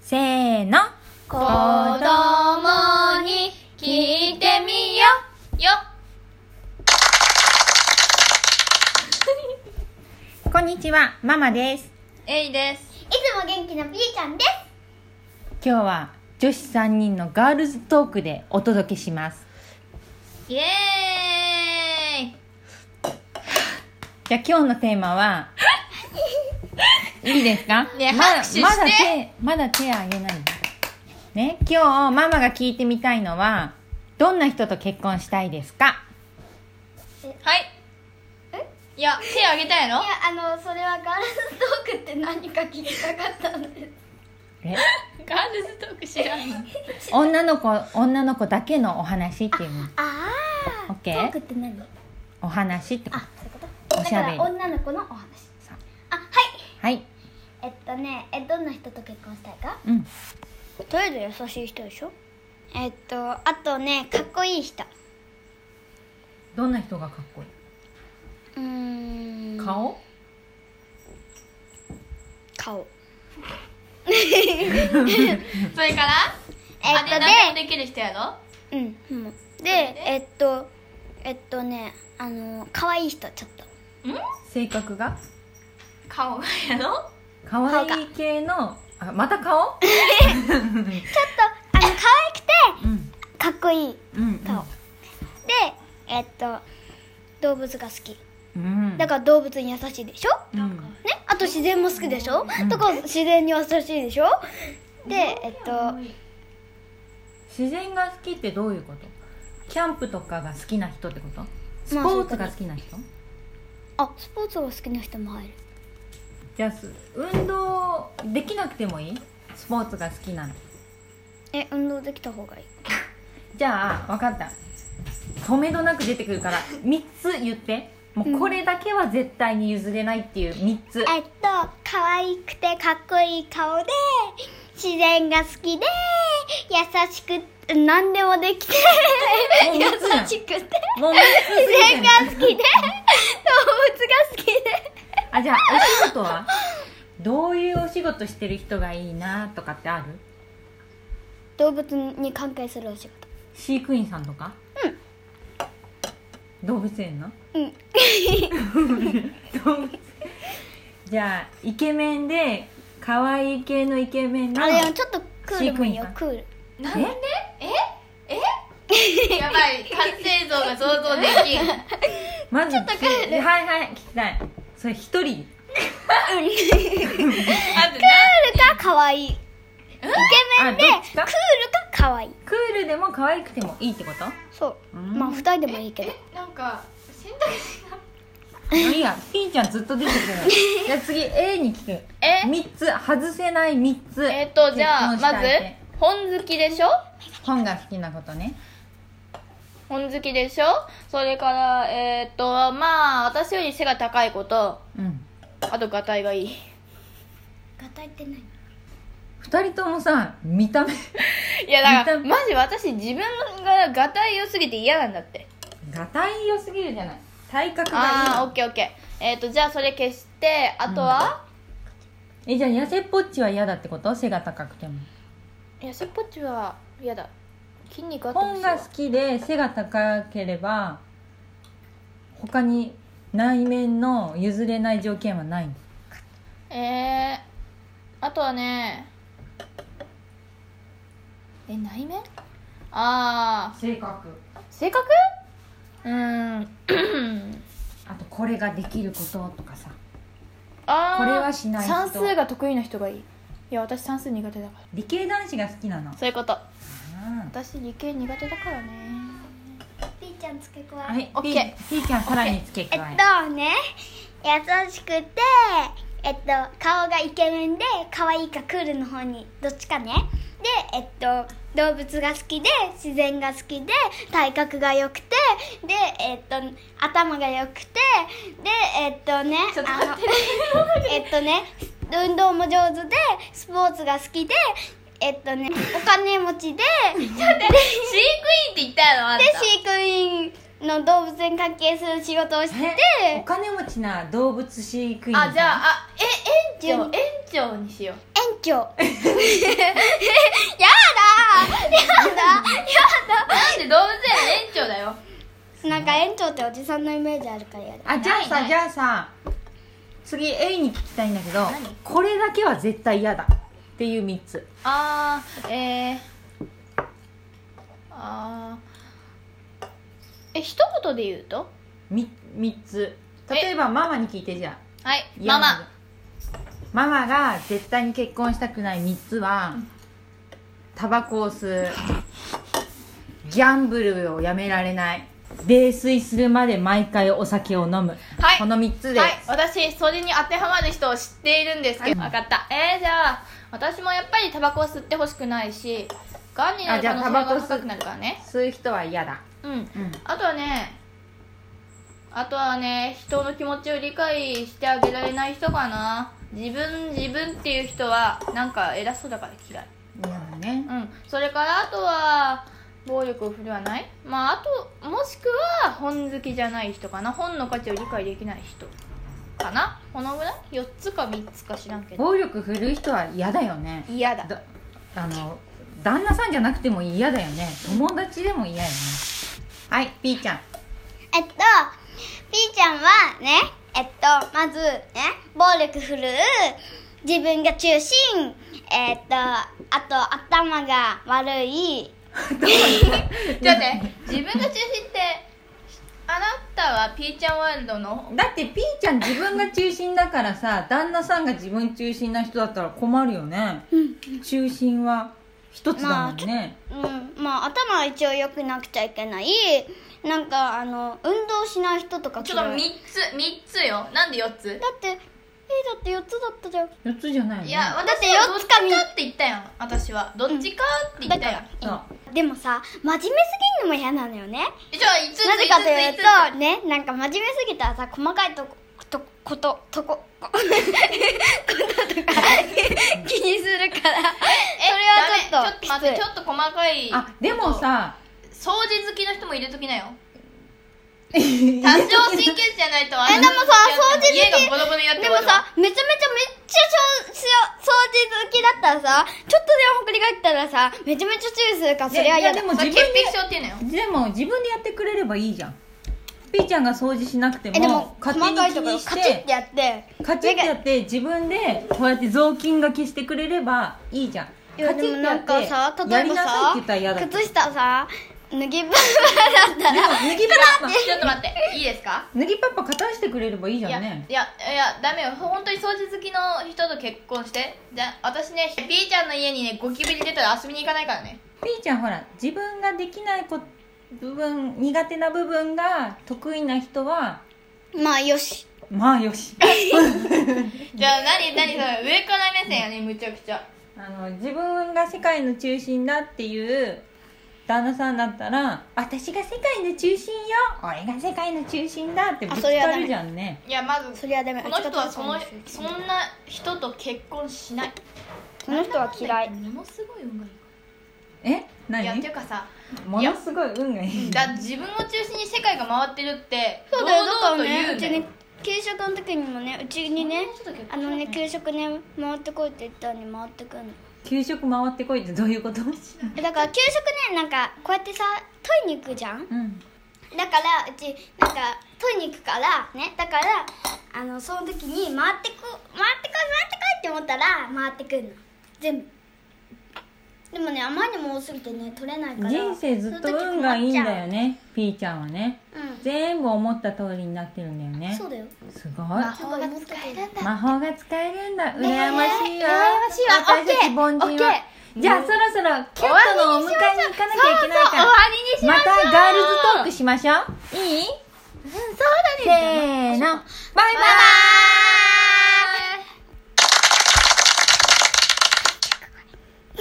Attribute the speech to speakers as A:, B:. A: せーの
B: 子供に聞いてみよよ
A: こんにちはママです
B: えいです
C: いつも元気なピーちゃんです。
A: 今日は女子3人のガールズトークでお届けします
B: イエーイ
A: じゃあ今日のテーマ はいいですか
B: ね
A: まだ
B: 拍手して
A: まだ手まだ手あげないのね今日ママが聞いてみたいのはどんな人と結婚したいですか
B: はいいや手あげたいの
C: いや、あの、それはガールズトークって何か聞きたかったんで
A: え
B: ガールズトーク知らんの
A: 女の子女の子だけのお話っていうの
C: あ
A: オッケ
C: ト
A: ー
C: ークって何あ、
A: お話ってこと
C: そういうこと
A: お
C: だ
A: し
C: か
A: ゃべり
C: ら女の子のお話。
A: さ
C: あ、はい。
A: はい
C: えっとね、え、どんな人と結婚したいか
A: うん
C: とりあえず優しい人でしょえっと、あとね、かっこいい人。
A: どんな人がかっこいいう
C: ーん。
A: 顔
C: 顔。 えっ
B: それからあ
C: と
B: れ
C: で
B: 何でもできる人やろ
C: うん。で、えっと、えっとね、あの、可愛い人、ちょっと。
B: ん
A: 性格が
B: 顔がやろ
A: 可愛い系のあまた顔
C: あの、可愛くて、
A: うん
C: かっこいい。
A: うんうん
C: 顔でえっと動物が好き
A: うん
C: だから動物に優しいでしょ、
A: う
C: ね
A: ん
C: あと自然も好きでしょ、だから自然に優しいでしょでえっと
A: 自然が好きってどういうことキャンプとかが好きな人ってことス
C: まあ
A: ポーツが好きな人、
C: あスポーツが好きな人も入る
A: じゃあす運動できなくてもいいスポーツが好きなの
C: え運動できた方がいい
A: じゃあ分かった止めどなく出てくるから3つ言ってもうこれだけは絶対に譲れないっていう3つ
C: えっと可愛くてかっこいい顔で自然が好きで優しく何でもできて
A: もう
C: 優
A: 三つやん
C: しくて
A: もう3
C: 自然
A: つ
C: が
A: が
C: 好きで動物が好きで
A: あじゃあお仕事はどういうお仕事してる人がいいなとかってある
C: 動物に関係するお仕事
A: 飼育員さんとかうん動物園の
C: うん
A: 動物園じゃあイケメンで可愛い系のイケメンの
C: あでもちょっとクールもい
A: 飼育
C: い
A: 員
C: よ
A: さん
C: クール
B: なんでええやば い完成像が想像でき ん
A: まずはいはい聞きたいそれ一人
C: クー
B: あと
C: ルか可愛いイケメンで
A: あどっ
C: ク
A: ち
C: ール
A: か
C: か可愛い
A: クールでも可愛くてもいいってこと
C: そう
A: うん
C: まあ二人でもいいけど
B: ななんか選択肢が
A: いいやピーちゃんずっと出てくるじゃあ次 A に聞く
B: え
A: 三つ外せない三つ
B: えっとじゃあ
A: 結婚
B: ま
A: した
B: ず
A: いって
B: 本好きでしょ
A: 本が好きなことね
B: 本好きでしょそれからえっ、とまあ私より背が高いこと
A: うん
B: あとガタイがいい
C: ガタイって何
A: 二人ともさ見た目
B: いやだから
A: 見
B: マジ私自分がガタイ良すぎて嫌なんだって
A: がたい良すぎるじゃない体格
B: ああーオ
A: が
B: ッケーオッケーえっ、とじゃあそれ消してあとは、
A: いいえじゃあ痩せっぽっちは嫌だってこと背が高くても
B: いやそっぽっちは嫌だ筋肉あってほし
A: 本
B: いわ
A: が好きで背が高ければ他に内面の譲れない条件はないの
B: えー、あとはねえ内面ああ
A: 性格
B: 性格うーん
A: あとこれができることとかさ
B: あー
A: これはしない人
B: 算数が得意な人がいいいや私算数苦手だから
A: 理系男子が好きなの
B: そういうこと
A: うん
B: 私理系苦手だからね
C: ピーちゃん付け加
A: は
C: え
A: い
B: オッ
A: ピ
B: ケ
A: ーピーちゃんさらに付け
C: えっ
A: 加え
C: とね優しくてえっと顔がイケメンで可愛いかクールの方にどっちかねでえっと動物が好きで自然が好きで体格が良くてでえっと頭が良くてでえっとね
B: ちょっと
C: あ
B: 待
C: の えっとね運動も上手でスポーツが好きでえっとねお金持ちで
B: 飼育員って言ったやろあん
C: で
B: た
C: 飼育員の動物に関係する仕事をしてて
A: えお金持ちな動物飼育員さん
B: あじゃああえ園長
C: うん
B: 園長にしよう
C: 園長やだやだ
B: なんで動物園園長だよ
C: なんか園長っておじさんのイメージあるからやだ
A: あじゃあ
B: ないな
A: さ
B: い
A: じゃあさ次 A に聞きたいんだけど
B: 何
A: これだけは絶対嫌だっていう3つ
B: あーえー、あーえ一言で言うと
A: み3つ例えばママに聞いてじゃあ
B: はい
A: 嫌
B: マ
A: なの
B: マ
A: ママが絶対に結婚したくない3つはタバコを吸うギャンブルをやめられない泥酔するまで毎回お酒を飲む、
B: はい
A: この3つです、
B: はい私それに当てはまる人を知っているんですけど、
A: は
B: 分かったえー、じゃあ私もやっぱりタバコを吸ってほしくないしがんにな
A: あ
B: る
A: じ
B: 可
A: ゃあ
B: 能性が
A: タバコ吸う
B: 高くなるからね
A: 吸う人は嫌だ、
B: うん
A: うん、
B: あとはねあとはね人の気持ちを理解してあげられない人かな自分自分っていう人はなんか偉そうだから嫌い
A: 嫌だね
B: うんそれからあとは暴力を振るわないまああともしくは本好きじゃない人かな本の価値を理解できない人かなこのぐらい4つか3つか知らんけど
A: 暴力振るう人は嫌だよね
B: 嫌だ
A: だあの旦那さんじゃなくても嫌だよね友達でも嫌よねはいピーちゃん
C: えっと、ピーちゃんはね、えっと、まずね、暴力振るう、自分が中心、えっと、あと頭が悪い、
B: ちょっと待って自分が中心ってあなたはピーちゃんワールドの
A: だってピーちゃん自分が中心だからさ旦那さんが自分中心な人だったら困るよね中心は一つだもんね、
C: うん、まあ頭は一応良くなくちゃいけない、なんかあの、運動しない人とか
B: ちょっと
C: 嫌
B: 3
C: い
B: つ3つよなんで4つ
C: だって、え、だって4つだったじゃん。
A: 四つじゃないよね
B: いや
C: だって
B: 私はどっ
C: 四つか
B: ちか
C: 三
B: って言ったやん私はどっちかって言ったやん、
A: そう
C: でもさ、真面目すぎるのも嫌なのよね。
B: じゃあ5つ
C: なぜかという
B: 5つ5つ
C: とねなんか真面目すぎたらさ細かいとことこととここととか気にするから
B: え
C: それはちょっと
B: ダメちょっと待って
C: きつい
B: ちょっと細かい
A: あでもさ
B: 掃除好きの人も入れときなよ
A: 多少
B: 多少神経質じゃないと
C: えでもさ掃除好き
B: 家がボロボロになって
C: でもさめちゃめちゃめっちゃしょしょ掃除好きだったらさちょっとでもほくり返ったらさめちゃめちゃ注意するからそれは嫌
A: い
C: だ
A: やでも
B: もう
A: 自
B: 潔
A: 分
B: 癖
A: で
B: 症っていうのよ
A: でも自分でやってくれればいいじゃんピーちゃんが掃除しなくて
C: えでも
A: も
C: 細
A: 勝
C: か
A: 手
C: い
A: に
C: と
A: 気
C: ころ
A: にし
C: カチッ
A: て
C: てやって
A: カチッてやって自分でこうやって雑巾がけしてくれればいいじゃん
C: いや
A: カ
C: で
A: チッ
C: も
A: て
C: なんか
A: や
C: さ
A: ってや
C: 例え
A: り
C: ば
A: なさいって言ったら嫌だ
C: さ
A: けど
C: 靴下さ脱ぎっぱなしだった
A: で
C: ら
A: も脱ぎパパ
B: ちょっと待っていいですか
A: 脱ぎパパ片してくれればいいじ
B: い
A: ゃ
B: や
A: ん
B: いや
A: ね
B: いやダメよ本当に掃除好きの人と結婚してじゃあ私ね B ちゃんの家にねゴキブリ出たら遊びに行かないからね
A: ピーちゃんほら自分ができないこ部分苦手な部分が得意な人は
C: まあよし
A: まあよし
B: じゃあ何何それ上から目線やねむちゃくちゃ
A: あの自分が世界の中心だっていう旦那さんだったら私が世界の中心よ俺が世界の中心だってぶつかるじゃんね
B: いやまず
C: それはダメ
B: この人はそのそん
C: こ
B: な人と結婚しない
C: の人は嫌い
B: ものすごい運がいい
A: え
B: いやっ
A: 何
B: ていうかさ
A: ものすごい運がいい
B: だ自分を中心に世界が回ってるって
C: そうだよだから
B: と言う
C: ねう
B: の
C: ち
B: よ
C: ね給食の時にもねうちにねあのね給食ね回ってこいって言ったのに回ってくんの
A: 給食回ってこいってどういうこと
C: えだから給食ねなんかこうやってさ取りに行くじゃん
A: うん
C: だからうちなんか取りに行くからねだからあのその時に回ってこ回ってこい回ってこいって思ったら回ってくんの全部でもねあまりにも多すぎてね取れないから
A: 人生ずっと運がいいんだよ
C: ね
A: ねピーちゃんはね
C: う
A: 全部思った通りになってるんだよ
C: ん
A: ね
C: そうだよ
A: すごい
B: 魔法が使えるん だ
A: 魔法が使えるんだ羨
C: ね
A: ましいわ、
C: 羨ましいわ
A: 私たち
C: OK
A: 凡人は
B: OK
A: じゃあそろそろキャットのお迎えに行かなきゃいけないから
B: 終わりにしましょう
A: またガールズトークしましょういい
B: そうだね
A: せーのバイバイ